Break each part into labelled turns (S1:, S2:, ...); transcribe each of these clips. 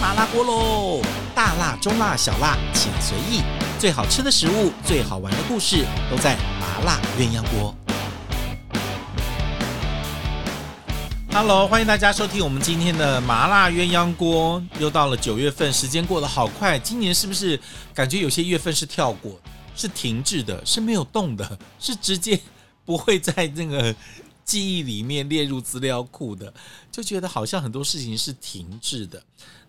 S1: 麻辣锅喽！大辣、中辣、小辣，请随意。最好吃的食物，最好玩的故事，都在麻辣鸳鸯锅。Hello，欢迎大家收听我们今天的麻辣鸳鸯锅。又到了九月份，时间过得好快。今年是不是感觉有些月份是跳过、是停滞的、是没有动的、是直接不会在那个记忆里面列入资料库的？就觉得好像很多事情是停滞的。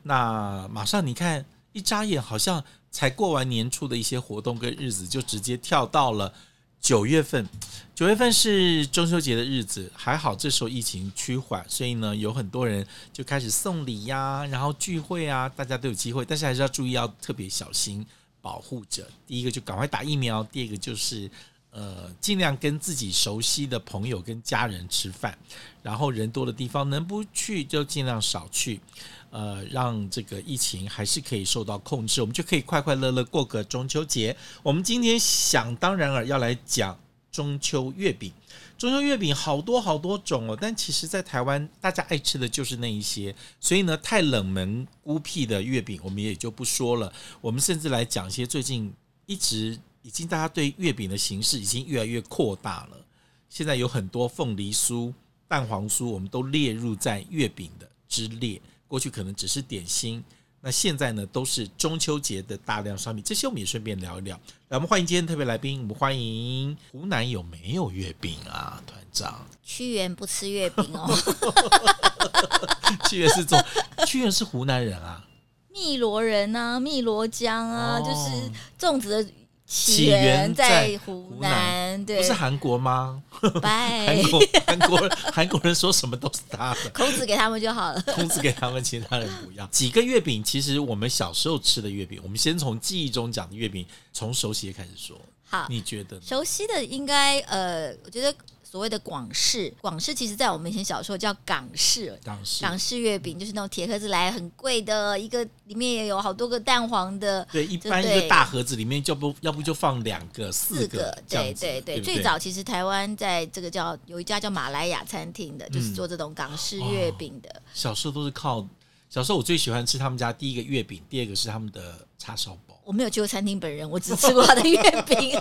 S1: 那马上你看，一眨眼好像才过完年初的一些活动跟日子，就直接跳到了九月份。九月份是中秋节的日子，还好这时候疫情趋缓，所以呢，有很多人就开始送礼呀、然后聚会啊，大家都有机会，但是还是要注意，要特别小心保护着。第一个就赶快打疫苗，第二个就是呃，尽量跟自己熟悉的朋友跟家人吃饭，然后人多的地方能不去就尽量少去，呃，让这个疫情还是可以受到控制，我们就可以快快乐乐过个中秋节。我们今天想当然尔要来讲中秋月饼。中秋月饼好多好多种哦，但其实，在台湾大家爱吃的就是那一些，所以呢，太冷门孤僻的月饼我们也就不说了。我们甚至来讲一些最近一直已经大家对月饼的形式已经越来越扩大了。现在有很多凤梨酥、蛋黄酥，我们都列入在月饼的之列。过去可能只是点心，那现在呢都是中秋节的大量商品。这些我们也顺便聊一聊。来，我们欢迎今天特别来宾，我们欢迎湖南有没有月饼啊？团长，
S2: 屈原不吃月饼 哦，
S1: 屈原是 做，屈原是湖南人啊，
S2: 汨罗人啊，汨罗江啊，
S1: 哦
S2: 就是粽子的
S1: 起
S2: 起
S1: 源
S2: 源
S1: 在
S2: 在湖
S1: 湖
S2: 南，啊
S1: 不
S2: 对
S1: 是，韩国吗？韩
S2: 拜，
S1: 国韩国人韩国人说什么都是他的。
S2: 孔子给他们就好了。
S1: 通知给他们，其他人不要。几个月饼，其实我们小时候吃的月饼，我们先从记忆中讲的月饼，从熟悉的开始说。
S2: 好，
S1: 你觉得呢？
S2: 熟悉的应该呃，我觉得所谓的广式，广式其实在我们以前小时候叫港式。
S1: 当时
S2: 港式月饼就是那种铁盒子来很贵的，一个里面也有好多个蛋黄的，
S1: 对，一般一
S2: 对
S1: 个大盒子里面就不，要不就放两个、
S2: 四
S1: 个
S2: 个，
S1: 这样
S2: 对
S1: 子。对
S2: 对
S1: 不
S2: 最早其实台湾在这个叫有一家叫马来亚餐厅的，就是
S1: 嗯
S2: 做这种港式月饼的，
S1: 小时候都是靠小时候我最喜欢吃他们家第一个月饼，第二个是他们的叉烧包。
S2: 我没有去过餐厅本人，我只吃过他的月 饼。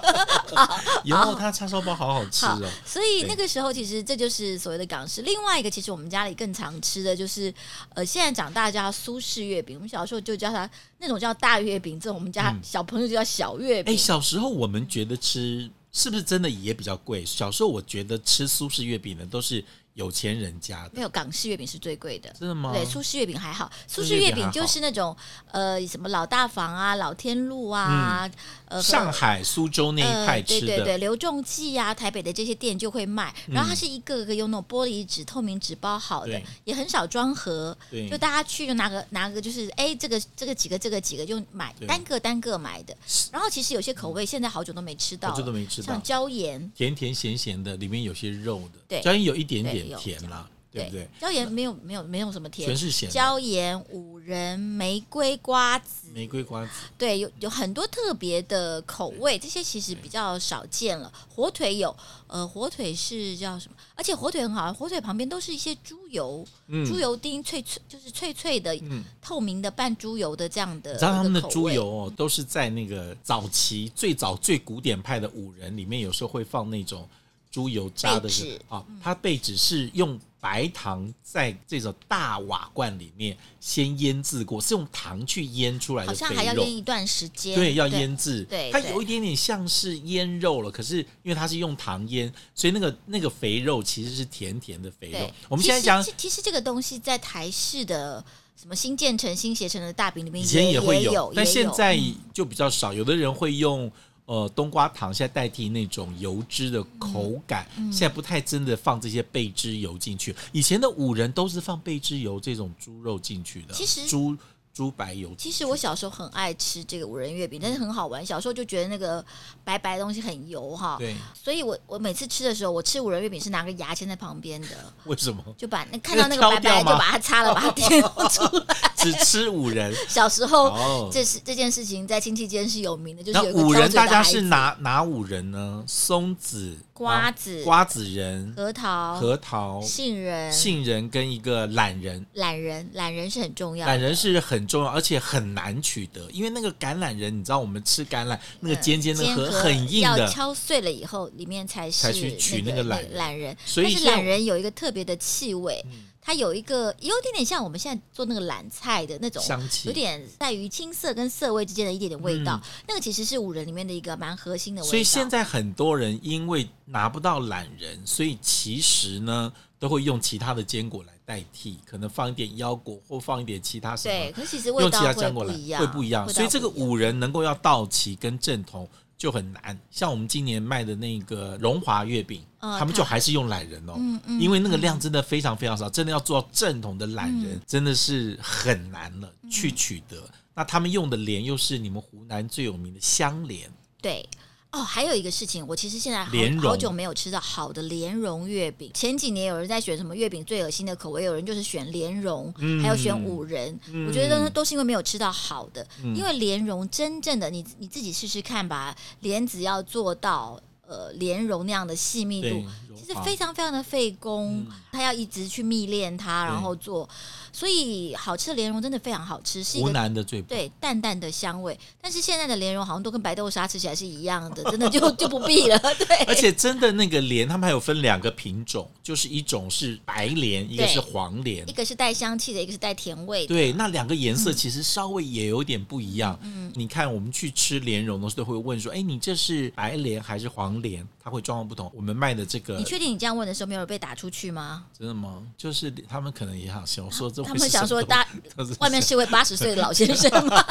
S1: 然后他叉烧包好好吃
S2: 哦好
S1: 哦，
S2: 所以那个时候，其实这就是所谓的港式。另外一个，其实我们家里更常吃的就是，呃，现在长大叫它苏式月饼，我们小时候就叫它那种叫大月饼，这种我们家
S1: 嗯
S2: 小朋友就叫小月
S1: 哎，
S2: 饼。
S1: 小时候我们觉得吃是不是真的也比较贵？小时候我觉得吃苏式月饼的都是有钱人家的，
S2: 没有港式月饼是最贵的，
S1: 真的吗？
S2: 对，苏式月饼还好，苏
S1: 式
S2: 式
S1: 月
S2: 月
S1: 饼
S2: 饼
S1: 还好
S2: 就是那种呃什么老大房啊、老天路啊、呃
S1: 嗯上海、苏州那一派
S2: 呃、对
S1: 吃
S2: 对
S1: 的，嗯
S2: 对，刘仲记呀、台北的这些店就会卖。然后它是一个个用那种玻璃纸、透明纸包好的
S1: 对，
S2: 也很少装盒。
S1: 对
S2: 就大家去就拿个拿个，就是哎，这个这个几个这个几个就买
S1: 对
S2: 单个单个买的。然后其实有些口味现在好久都没吃到
S1: 我这都
S2: 了，
S1: 没吃到
S2: 像。椒盐，
S1: 甜甜咸咸的，里面有些肉的，
S2: 对
S1: 椒盐有一点
S2: 对
S1: 点
S2: 有
S1: 甜啦，对不对？
S2: 椒盐没有没有没有什么甜
S1: 全，是咸的，
S2: 椒盐、五仁、玫瑰瓜子，
S1: 玫瑰瓜子，
S2: 对，有有很多特别的口味，这些其实比较少见了。火腿有，呃，火腿是叫什么？而且火腿很好，火腿旁边都是一些猪油、
S1: 嗯，
S2: 猪
S1: 你
S2: 油丁，脆脆就是脆脆的、
S1: 嗯
S2: 透明的半猪油的这样的。
S1: 知道他们的
S2: 口味
S1: 猪油哦，都是在那个早期最早最古典派的五仁里面，有时候会放那种猪油渣的
S2: 贝
S1: 是
S2: 纸嗯
S1: 啊，它贝只是用白糖在这种大瓦罐里面先腌制过，是用糖去腌出来的
S2: 好像
S1: 肥
S2: 还要
S1: 肉
S2: 腌。一段时间，
S1: 对，要腌制，
S2: 对
S1: 它
S2: 对
S1: 有一点点像是腌肉了，可是因为它是用糖腌，所以那个那个肥肉其实是甜甜的肥肉
S2: 对。，
S1: 我们
S2: 其
S1: 现在
S2: 实
S1: 讲
S2: 这，其实这个东西在台式的什么新建成、新携程的大饼里面
S1: 以前
S2: 也
S1: 会
S2: 有，也
S1: 但现
S2: 有
S1: 在就比较少。有的人会用呃冬瓜糖，现在代替那种油脂的口感，
S2: 嗯
S1: 现在不太真的放这些贝汁油进去。以前的五仁都是放贝汁油这种猪肉进去的，
S2: 其实
S1: 猪猪白油
S2: 其实我小时候很爱吃这个五仁月饼，但是很好玩。小时候就觉得那个白白的东西很油 哈，
S1: 对，
S2: 所以我我每次吃的时候，我吃五仁月饼是拿个牙签在旁边的，
S1: 为什么
S2: 就把那看到那个
S1: 挑
S2: 白白
S1: 掉
S2: 的
S1: 吗
S2: 就 把它擦了，把它丢出来。
S1: 只吃五仁？
S2: 小时候
S1: 哦，
S2: 这是这件事情在亲戚间是有名的，就是
S1: 那
S2: 有一个
S1: 五
S2: 挑
S1: 仁
S2: 嘴
S1: 大
S2: 的
S1: 家
S2: 孩
S1: 是
S2: 子，
S1: 哪哪五仁呢？松子、
S2: 瓜
S1: 然后
S2: 子
S1: 瓜子仁、
S2: 核桃、
S1: 核桃、
S2: 杏仁、
S1: 杏仁跟一个懒人。
S2: 懒人，懒人是很重要的。
S1: 懒人是很重要，而且很难取得，因为那个橄榄仁，你知道我们吃橄榄那个
S2: 嗯
S1: 尖尖的
S2: 煎
S1: 核
S2: 核
S1: 很硬
S2: 要
S1: 的，
S2: 敲碎了以后，里面才是
S1: 才去取
S2: 那
S1: 那个
S2: 个
S1: 懒
S2: 那个懒人。
S1: 所以
S2: 但是
S1: 像嗯
S2: 懒人有一个特别的气味，它有一个有点点像我们现在做那个懒菜的那种
S1: 香气
S2: 有点在于青涩跟涩味之间的一点点味道。
S1: 嗯
S2: 那个其实是五仁里面的一个蛮核心的味道。
S1: 所以现在很多人因为拿不到懒人，所以其实呢都会用其他的坚果来代替，可能放一点腰果或放一点其他什
S2: 对，
S1: 么，
S2: 可是其实味
S1: 用其
S2: 道
S1: 他
S2: 会
S1: 坚果
S2: 不
S1: 来
S2: 一样，
S1: 会不一样。
S2: 味道
S1: 所以这个
S2: 不一样
S1: 五仁能够要到齐跟正统就很难。像我们今年卖的那个荣华月饼，
S2: 嗯
S1: 他们就还是用懒人哦，
S2: 嗯嗯嗯
S1: 因为那个量真的非常非常少，真的要做到正统的懒人、真的是很难了，去取得。那他们用的莲又是你们湖南最有名的香莲，
S2: 对。哦，还有一个事情，我其实现在好
S1: 莲蓉
S2: 好久没有吃到好的莲蓉月饼。前几年有人在选什么月饼最恶心的口味，有人就是选莲蓉，
S1: 嗯
S2: 还有选五仁。
S1: 嗯
S2: 我觉得呢，都是因为没有吃到好的，
S1: 嗯
S2: 因为莲蓉真正的你你自己试试看吧，莲子要做到呃莲蓉那样的细密
S1: 对
S2: 度，，其
S1: 啊
S2: 实非常非常的费工，它要一直去蜜炼它，
S1: 嗯对
S2: 然后做，所以好吃的莲蓉真的非常好吃，是一
S1: 湖
S2: 个
S1: 南的最棒
S2: 对淡淡的香味，但是现在的莲蓉好像都跟白豆沙吃起来是一样 的，真的就就不必了。
S1: 而
S2: 对，
S1: 且真的那个莲，他们还有分两个品种，就是一种是白莲，一个是黄莲
S2: 一。个嗯是带香气的，一个是带甜味的。
S1: 对，那两个颜色其实稍微也有点不一样。嗯，你看我们去吃莲蓉的时候，都会问说：“哎，你这是白莲还是黄莲？”它会状况不同。我们卖的这个
S2: 你确定你这样问的时候没有人被打出去吗？
S1: 真的吗？就是他们可能也想想说这会
S2: 啊他
S1: 是
S2: 们想
S1: 什么
S2: 说
S1: 东西
S2: 大
S1: 都是
S2: 外面是位八十岁的老先生 吗？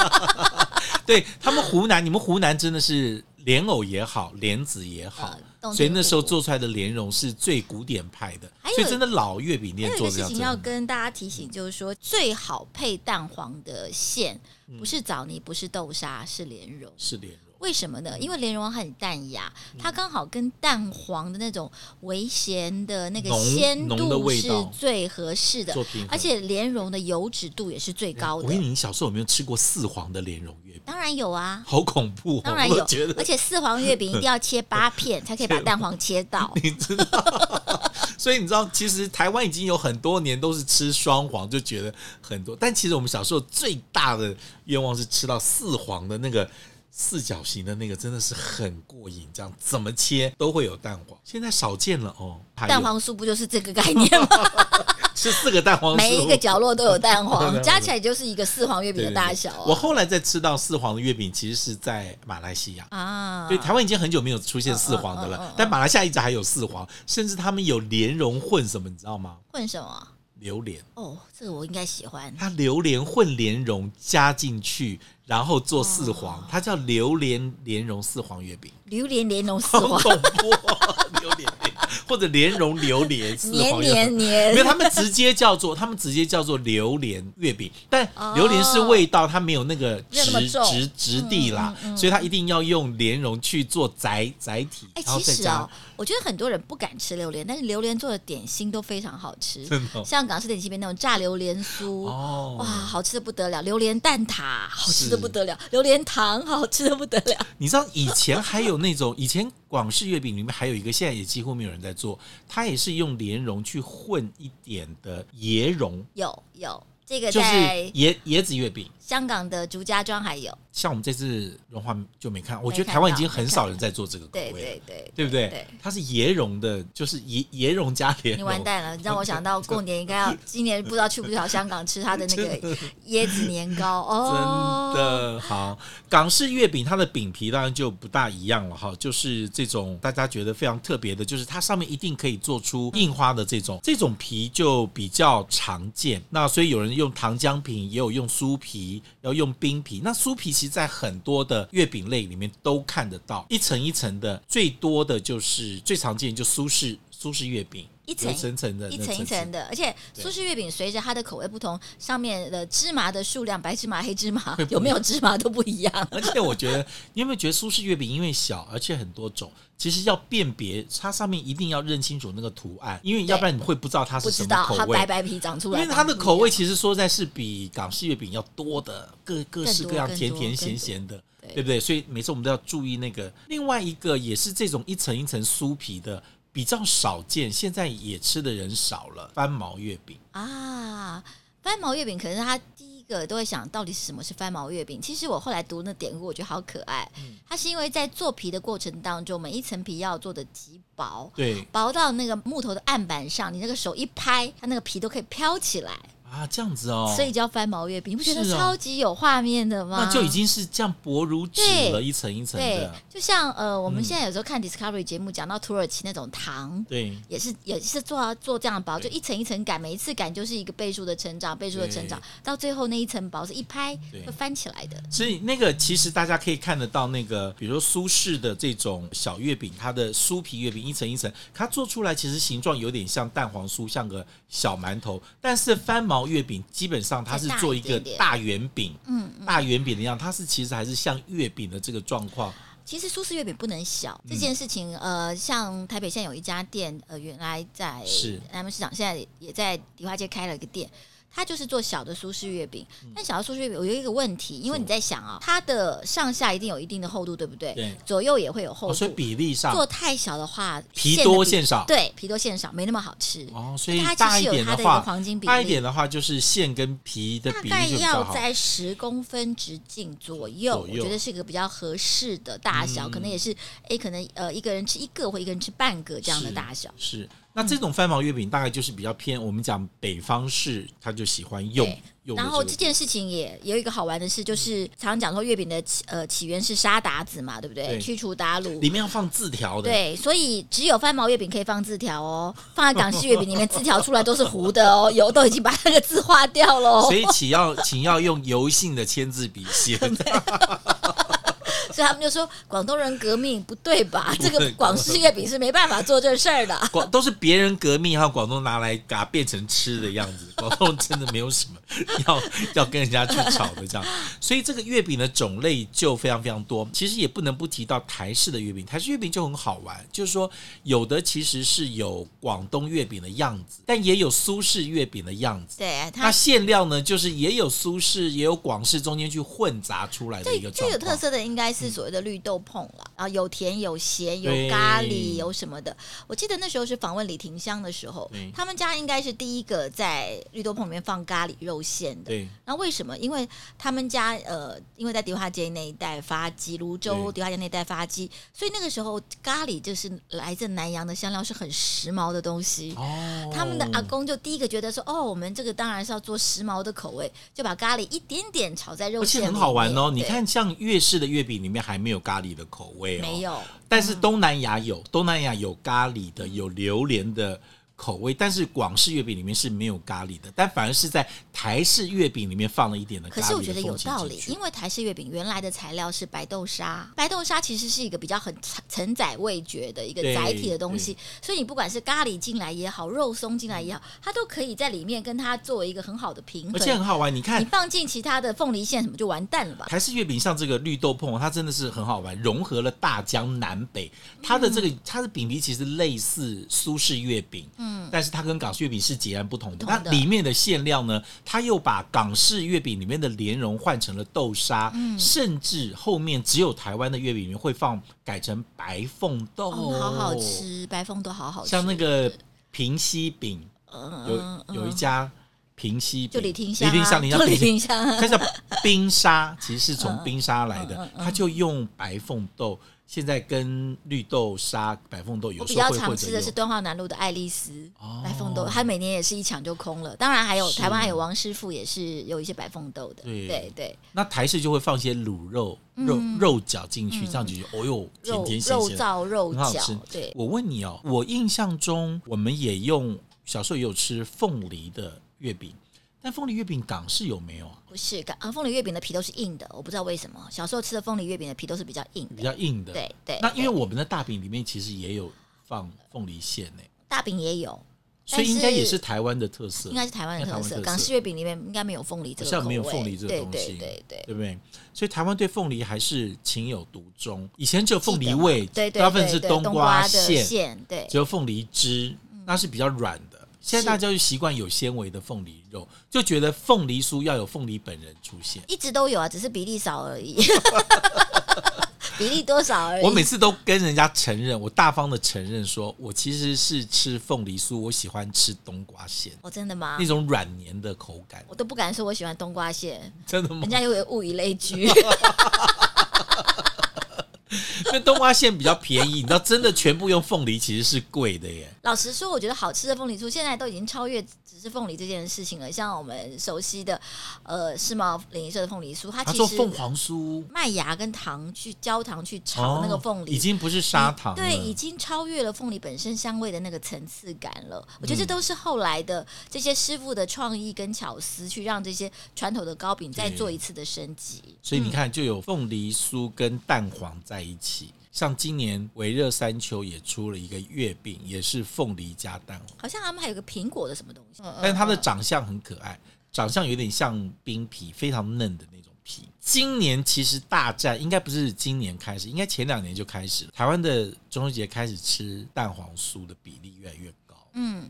S1: 对他们湖南，你们湖南真的是莲藕也好，莲子也好
S2: 呃，冬天
S1: 所以那时候
S2: 不
S1: 做出来的莲蓉是最古典派的
S2: 还，有
S1: 所以真的老月饼店
S2: 还有一
S1: 做
S2: 个
S1: 这
S2: 事
S1: 样
S2: 情
S1: 子。
S2: 要跟大家提醒，就是说最好配蛋黄的馅，
S1: 嗯
S2: 不是枣泥，不是豆沙，是莲蓉。
S1: 是莲蓉，
S2: 为什么
S1: 嗯
S2: 呢？因为莲蓉很淡雅，它刚好跟蛋黄的那种微咸的那个
S1: 浓
S2: 鲜
S1: 浓的
S2: 度
S1: 味
S2: 是
S1: 道
S2: 最合适的
S1: 做平，衡
S2: 而且莲蓉的油脂度也是最高
S1: 我问
S2: 的。
S1: 你，你小时候有没有吃过四黄的莲蓉月饼？
S2: 当然有 啊，
S1: 好恐怖、哦！
S2: 当然
S1: 我
S2: 有
S1: 觉，
S2: 而
S1: 得
S2: 且四黄月饼一定要切八 片才可以把蛋黄切到。
S1: 你知道，所以你知道，其实台湾已经有很多年都是吃双黄，就觉得很多。但其实我们小时候最大的愿望是吃到四黄的那个。四角形的那个真的是很过瘾，这样怎么切都会有蛋黄， 现在少见了哦。还有
S2: 蛋黄酥不就是这个概念 吗？
S1: 是四个蛋黄酥，
S2: 每一个角落都有蛋
S1: 对 对
S2: 黄，
S1: 对
S2: 加起来就是一个四黄月饼
S1: 对
S2: 的
S1: 对
S2: 大
S1: 对
S2: 小啊
S1: 我后来再吃到四黄的月饼，其实是在马来西亚。
S2: 啊！
S1: 对，台湾已经很久没有出现四黄的了，
S2: 嗯嗯嗯嗯
S1: 但马来西亚一直还有四黄，甚至他们有莲蓉混什么，你知道吗？
S2: 混什么？
S1: 榴莲，
S2: 哦，这个我应该喜欢。
S1: 它榴莲混莲蓉加进去，然后做四黄，它叫榴莲莲蓉四黄月 饼，
S2: 榴莲莲蓉丝
S1: 好
S2: 滑，
S1: 恐怖、
S2: 啊
S1: 哦，榴莲莲或者莲蓉榴莲 四
S2: 黏
S1: 黄月饼。
S2: 黏
S1: 因为
S2: 黏。
S1: 他们直接叫做，他们直接叫做榴莲月饼，但榴莲是味道，它没有那个
S2: 哦没有那么
S1: 质
S2: 重嗯
S1: 质质地啦，所以它一定要用莲蓉去做载载体，
S2: 哎，
S1: 然后
S2: 其
S1: 再
S2: 实
S1: 加
S2: 哦，我觉得很多人不敢吃榴莲，但是榴莲做的点心都非常好吃
S1: 真的哦，
S2: 像港式点心里面那种炸榴莲酥。
S1: 哦
S2: 哇，好吃的不得了！榴莲蛋挞好吃的
S1: 是
S2: 不得了，榴莲糖好吃的不得 了。
S1: 你知道以前还有那种，以 前广式月饼里面还有一个，现在也几乎没有人在做，它也是用莲蓉去混一点的椰蓉，
S2: 有有，这个
S1: 就是
S2: 在
S1: 椰椰子月饼。
S2: 香港的竹家庄还有。
S1: 像我们这次融化就没看，我觉得
S2: 没看到
S1: 台湾已经很少人在做这个口味
S2: 对
S1: 了，
S2: 对对，
S1: 对不对？
S2: 对
S1: 它是椰蓉的，就是椰椰蓉加莲
S2: 你
S1: 蓉，
S2: 完蛋了，你让我想到过年应该要，今年不知道去不去到香港吃他的那 个椰子年糕哦。
S1: 真的好，港式月饼它的饼皮当然就不大一样了哈，就是这种大家觉得非常特别的，就是它上面一定可以做出印花的这种，这种皮就比较常见。那所以有人用糖浆皮，也有用酥皮，要用冰皮。那酥皮其实在很多的月饼类里面都看得到，一层一层的，最多的就是最常见就苏式苏式月饼，
S2: 一层
S1: 有层层的，
S2: 一
S1: 那
S2: 层一层的，而且
S1: 对
S2: 苏式月饼随着它的口味不同，上面的芝麻的数量，白芝麻、黑芝麻
S1: 会不一样
S2: 有没有芝麻都不一样。
S1: 而且我觉得，你有没有觉得苏式月饼因为小，而且很多种，其实要辨别它上面一定要认清楚那个图案，因为要不然你会不知道它
S2: 不
S1: 是
S2: 知
S1: 什么
S2: 道
S1: 口
S2: 它
S1: 味
S2: 白。白皮长出
S1: 因
S2: 来，
S1: 为它的口味其实说实在是比港式月饼要多的，各各式各样，
S2: 更多
S1: 甜
S2: 更
S1: 甜
S2: 多
S1: 咸咸的，
S2: 对
S1: 对不对？所以每次我们都要注意那个。另外一个也是这种一层一层酥皮的，比较少见，现在也吃的人少了。翻毛月饼，
S2: 啊，翻毛月饼可能是它第一个都会想到底是什么是翻毛月饼。其实我后来读那典故，我觉得好可爱。
S1: 嗯
S2: 它是因为在做皮的过程当中，每一层皮要做的极薄，
S1: 对
S2: 薄到那个木头的案板上，你那个手一拍，它那个皮都可以飘起来，
S1: 啊，这样子哦，
S2: 所以叫翻毛月饼。你不觉得
S1: 是哦
S2: 超级有画面的吗？
S1: 那就已经是这样薄如纸
S2: 对
S1: 了，一层一层
S2: 对
S1: 的，，
S2: 就像呃，我们
S1: 嗯
S2: 现在有时候看 Discovery 节目，讲到土耳其那种糖，
S1: 对
S2: 也是也是做到做这样的薄，就
S1: 对
S2: 一层一层擀，每一次擀就是一个倍数的成长，倍数的成长，到最后那一层薄是一拍
S1: 对
S2: 会翻起来的。
S1: 所以那个其实大家可以看得到，那个比如说苏式的这种小月饼，它的酥皮月饼一层一层，它做出来其实形状有点像蛋黄酥，像个小馒头。但是翻毛月饼基本上它是做一个
S2: 再大一点点
S1: 大圆饼，
S2: 嗯，
S1: 大圆饼的样，它是其实还是像月饼的这个状况。
S2: 其实苏式月饼不能小
S1: 嗯
S2: 这件事情，呃，像台北现在有一家店，呃，原来在
S1: 是
S2: 南门市场，现在也在迪化街开了一个店。它就是做小的苏式月饼，
S1: 嗯
S2: 但小的苏式月饼我有一个问题，因为
S1: 是
S2: 你在想啊、它的上下一定有一定的厚度，对不对？
S1: 对
S2: 左右也会有厚
S1: 哦，
S2: 度。
S1: 所以比例上
S2: 做太小的话，
S1: 皮
S2: 馅的
S1: 多
S2: 比
S1: 馅少
S2: 对，皮多馅少，没那么好吃。
S1: 哦，所以
S2: 它其
S1: 大
S2: 实
S1: 一
S2: 有
S1: 点
S2: 它的一个
S1: 话，
S2: 黄金比
S1: 大一
S2: 例，
S1: 点的话就是馅跟皮的
S2: 大
S1: 比
S2: 概
S1: 例就比较
S2: 要
S1: 好。
S2: 在十公分直径左右，
S1: 左右
S2: 我觉得是一个比较合适的大小，
S1: 嗯
S2: 可能也是诶，可能呃一个人吃一个或一个人吃半个这样的
S1: 是
S2: 大小。
S1: 是，那这种翻毛月饼大概就是比较偏我们讲北方式，他就喜欢用
S2: 对
S1: 用的
S2: 然
S1: 个。
S2: 后这件事情也也有一个好玩的事，就是
S1: 嗯
S2: 常常讲说月饼的起呃起源是沙达子嘛，对不对？
S1: 对
S2: 驱除鞑虏，
S1: 里面要放字条的，
S2: 对，所以只有翻毛月饼可以放字条哦， 放在港式月饼里面，字条出来都是糊的哦， 油都已经把那个字画掉了哦，
S1: 所以请要请要用油性的签字笔写。
S2: 所以他们就说广东人革命不对吧？
S1: 不
S2: 这
S1: 对
S2: 个广式月饼是没办法做这事 儿的。
S1: 广都是别人革命，还有广东拿来给它变成吃的样子。广东真的没有什么要要跟人家去吵的这样，所以这个月饼的种类就非常非常多。其实也不能不提到台式的月饼，台式月饼就很好玩，就是说有的其实是有广东月饼的样子，但也有苏式月饼的样子。
S2: 对
S1: 那
S2: 它
S1: 馅料呢，就是也有苏式，也有广式，中间去混杂出来的
S2: 最
S1: 一个
S2: 最
S1: 状
S2: 有特
S1: 况。嗯
S2: 色的应该是所谓的绿豆碰了，然后有甜有咸有
S1: 对
S2: 咖喱有什么的。我记得那时候是访问李廷香的时候
S1: 对，
S2: 他们家应该是第一个在绿豆碰里面放咖喱肉馅的。
S1: 对，
S2: 那为什么？因为他们家呃，因为在迪化街那一带发迹，泸州
S1: 对
S2: 迪化街那一带发迹，所以那个时候咖喱就是来自南洋的香料，是很时髦的东西。
S1: 哦
S2: 他们的阿公就第一个觉得说，哦，我们这个当然是要做时髦的口味，就把咖喱一点点炒在肉
S1: 而
S2: 馅
S1: 且
S2: 里面，
S1: 很好玩哦。你
S2: 对，
S1: 看，像粤式的月饼里面还没有咖喱的口味哦，
S2: 没。有嗯
S1: 但是东南亚有，东南亚有咖喱的，有榴莲的口味，但是广式月饼里面是没有咖喱的，但反而是在台式月饼里面放了一点的咖
S2: 可
S1: 喱的
S2: 是我觉得有
S1: 风情
S2: 道
S1: 进
S2: 理，
S1: 去
S2: 因为台式月饼原来的材料是白豆沙，白豆沙其实是一个比较很承承载味觉的一个
S1: 对
S2: 载体的东西，所以你不管是咖喱进来也好，肉松进来也好，它都可以在里面跟它做一个很好的平
S1: 而且很
S2: 衡。
S1: 好玩。你
S2: 你
S1: 看
S2: 放进其他的凤梨馅什么就完蛋了吧？
S1: 台式月饼像这个绿豆碰，它真的是很好玩，融合了大江南北。它的这个、
S2: 嗯
S1: 它的饼皮其实类似苏式月饼，嗯，但是它跟港式月饼是截然不同的。
S2: 不同
S1: 那
S2: 的
S1: 里面的馅料呢，它又把港式月饼里面的莲蓉换成了豆沙，
S2: 嗯
S1: 甚至后面只有台湾的月饼里面会放改成白凤豆，
S2: 哦，好好，吃，白凤都好好吃，
S1: 像那个平西饼，
S2: 嗯
S1: 有有一家平西饼，
S2: 就李廷香、啊，
S1: 李廷香，
S2: 就
S1: 平
S2: 李
S1: 西
S2: 廷香、啊。
S1: 它叫冰沙，其实是
S2: 嗯
S1: 从冰沙来的，它就用白凤豆，现在跟绿豆沙、白凤豆有
S2: 我比
S1: 时候
S2: 较
S1: 会
S2: 常
S1: 混
S2: 吃
S1: 着
S2: 的是
S1: 用。
S2: 敦化南路的爱丽丝
S1: 哦
S2: 白凤豆，它每年也是一抢就空了。当然还有
S1: 是
S2: 台湾还有王师傅也是有一些白凤豆的，
S1: 对
S2: 对对，
S1: 那台式就会放一些卤肉、肉
S2: 嗯
S1: 肉饺进去，这样子就哦哟，甜
S2: 肉
S1: 甜咸
S2: 肉
S1: 咸的。
S2: 燥肉
S1: 很好吃
S2: 饺，对，
S1: 我问你哦，我印象中我们也用小时候也有吃凤梨的月饼，但凤梨月饼港式有没有啊？
S2: 不是，感啊，凤梨月饼的皮都是硬的，我不知道为什么，小时候吃的凤梨月饼的皮都是比较硬
S1: 比
S2: 的，
S1: 较硬的。
S2: 对对。
S1: 那因为
S2: 对
S1: 我们的大饼里面其实也有放凤梨馅呢，
S2: 大饼也有，
S1: 所以应该
S2: 但是
S1: 也是台湾的特色
S2: 应。该是台湾的
S1: 应该台
S2: 特
S1: 湾
S2: 色，
S1: 特
S2: 港
S1: 色
S2: 式月饼里面应该没有凤梨这
S1: 好
S2: 个
S1: 像没有
S2: 口味
S1: 凤梨这个
S2: 对
S1: 东
S2: 对
S1: 西
S2: 对对。
S1: 对不对？所以台湾对凤梨还是情有独钟。以前只有凤梨
S2: 记
S1: 味，
S2: 得对对，
S1: 大部分
S2: 对
S1: 是
S2: 对
S1: 冬
S2: 冬
S1: 瓜
S2: 的
S1: 馅，
S2: 馅，嗯对，
S1: 只有凤梨汁，那是比较软的。现在大家就习惯有纤维的凤梨肉，就觉得凤梨酥要有凤梨本人出现。
S2: 一直都有啊，只是比例少而已。比例多少而已。
S1: 我每次都跟人家承认，我大方的承认说，我其实是吃凤梨酥，我喜欢吃冬瓜馅，
S2: 哦，真的吗
S1: 那？种软黏的口感，
S2: 我都不敢说我喜欢冬瓜馅，
S1: 真的吗
S2: 人？家又有物以类聚。
S1: 因为冬瓜馅比较便宜，你知道，真的全部用凤梨其实是贵的耶。
S2: 老实说，我觉得好吃的凤梨酥现在都已经超越只是凤梨这件事情了。像我们熟悉的，呃，世贸联谊社的凤梨酥，它
S1: 他
S2: 其
S1: 做
S2: 实
S1: 凤凰酥，哦
S2: 麦芽跟糖去焦糖去炒那个凤梨，
S1: 已经不是砂糖了，
S2: 对，已经超越了凤梨本身香味的那个层次感了。我
S1: 嗯
S2: 觉得这都是后来的这些师傅的创意跟巧思，去让这些传统的糕饼再
S1: 对
S2: 做一次的升级。
S1: 所以你看，就有凤梨酥跟蛋黄在一起。像今年维热山丘也出了一个月饼，也是凤梨加蛋黄，
S2: 好像他们还有个苹果的什么东西，
S1: 但是它的长相很可爱，长相有点像冰皮，非常嫩的那种皮。今年其实大战应该不是今年开始，应该前两年就开始了。台湾的中秋节开始吃蛋黄酥的比例越来越高，
S2: 嗯，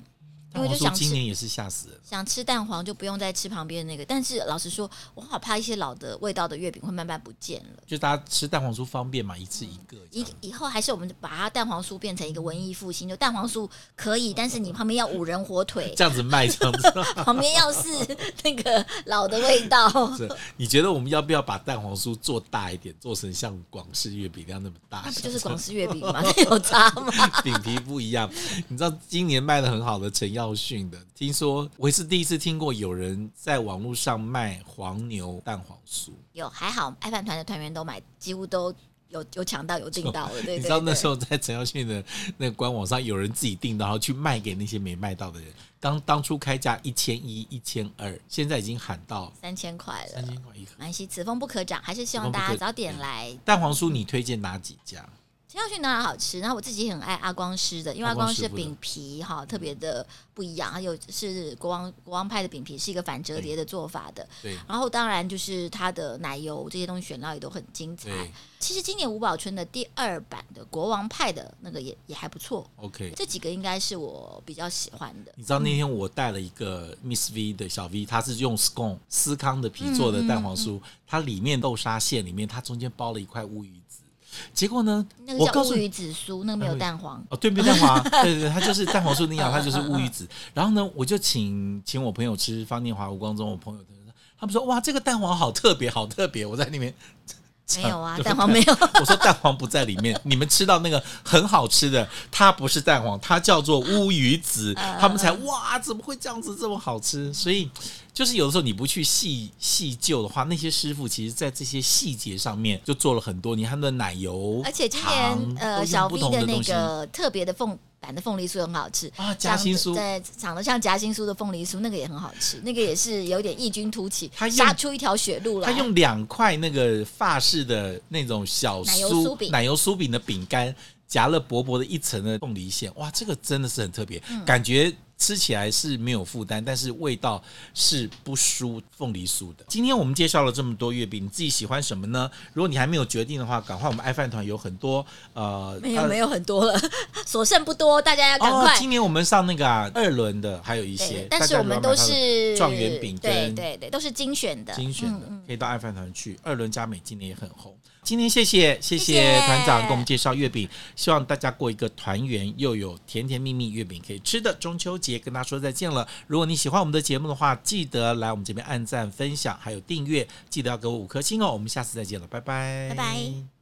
S2: 因
S1: 蛋
S2: 为就
S1: 黄酥
S2: 想
S1: 今
S2: 吃
S1: 年也是吓死人。
S2: 想吃蛋黄就不用再吃旁边的那个。但是老实说，我好怕一些老的味道的月饼会慢慢不见了。
S1: 就大家吃蛋黄酥方便嘛，一次一个这
S2: 以
S1: 样。
S2: 以后还是我们把它蛋黄酥变成一个文艺复兴，就蛋黄酥可以，但是你旁边要五人火 腿，
S1: 这样子卖，这样子。
S2: 旁边要是那个老的味道。
S1: 是，你觉得我们要不要把蛋黄酥做大一点，做成像广式月饼那样那么大？
S2: 那不就是广式月饼吗？那有差吗？
S1: 饼皮不一样？你知道今年卖的很好的陈耀迅的，听说我也是第一次听过有人在网络上卖黄牛蛋黄酥。
S2: 有还好，爱饭团的团员都买，几乎都有有抢到有订到了。对
S1: 你知道那时
S2: 候
S1: 候在陈耀迅的 那个官网上，有人自己订的，然后去卖给那些没卖到的人。刚当初开价一千一、一千二，现在已经喊到
S2: 三千块
S1: 三
S2: 了，
S1: 千块一盒。
S2: 蛮惜此风不可长，还是希望大
S1: 此
S2: 家
S1: 风不可
S2: 早点来。
S1: 蛋黄酥你推荐哪几家？
S2: 陈耀迅当然好吃，然后我自己也很爱阿光师的，因为
S1: 阿
S2: 阿
S1: 光
S2: 光师的
S1: 师傅的嗯
S2: 饼皮哈特别的不一样，还有是国王国王派的饼皮是一个反折叠的做法的。
S1: 对
S2: 然后当然就是它的奶油这些东西选料也都很精彩。
S1: 对
S2: 其实今年吴宝春的第二版的国王派的那个也也还不错，
S1: ，OK。
S2: 这几个应该是我比较喜欢的。
S1: 你知道那
S2: 嗯
S1: 天我带了一个 Miss V 的小 V，它是用 scone 司康的皮做
S2: 嗯
S1: 的蛋黄酥，它里面豆沙馅里面它中间包了一块乌鱼子，结果呢
S2: 那，个
S1: 我
S2: 叫
S1: 告诉
S2: 乌
S1: 你。
S2: 鱼子酥，那个没有蛋 黄。
S1: 哦， 对，没有蛋黄，对对对，它就是蛋黄酥那样，它就是乌鱼子。然后呢，我就请请我朋友吃方念华、吴光中，我朋友他们说哇，这个蛋黄好特别，好特别。我在那 边
S2: 没有啊
S1: 对，
S2: 蛋黄没有。
S1: 我说蛋黄不在里面，你们吃到那个很好吃的，它不是蛋黄，它叫做乌鱼子，他们才哇，怎么会这样子这么好吃？所以就是有的时候你不去细细究的话，那些师傅其实在这些细节上面就做了很多。你看那奶油，
S2: 而且今
S1: 糖
S2: 年
S1: 都
S2: 呃，
S1: 用
S2: 小
S1: 不
S2: V
S1: 同的
S2: 那
S1: 东西
S2: 个特别的凤版的凤梨酥很好吃
S1: 啊夹心酥
S2: 对，长得像夹心酥的凤梨酥，那个也很好吃，那个也是有点异军突起
S1: 他，用
S2: 杀出一条血路来
S1: 他。用两块那个法式的那种小酥
S2: 奶油酥饼
S1: 奶油酥饼的饼干，夹了薄薄的一层的凤梨馅，哇，这个真的是很特别，
S2: 嗯
S1: 感觉。吃起来是没有负担，但是味道是不输凤梨酥的。今天我们介绍了这么多月饼，你自己喜欢什么呢？如果你还没有决定的话，赶快我们爱饭团有很多呃，
S2: 没有
S1: 呃
S2: 没有很多了， 所剩不多，大家要赶
S1: 哦
S2: 快，。
S1: 今年我们上那个、啊、二轮的，还有一些
S2: 对，，但是我们都是
S1: 状元饼
S2: 对
S1: 跟
S2: 对对，都是精选的，
S1: 精选
S2: 嗯
S1: 的，可以到爱饭团去。二轮佳美今年也很红。今天谢谢谢谢
S2: 谢谢
S1: 团长给我们介绍月饼，希望大家过一个团圆又有甜甜蜜蜜月饼可以吃的中秋节。跟大家说再见了。如果你喜欢我们的节目的话，记得来我们这边按赞、分享，还有订阅，记得要给我五颗星哦。我们下次再见了，拜拜，
S2: 拜拜。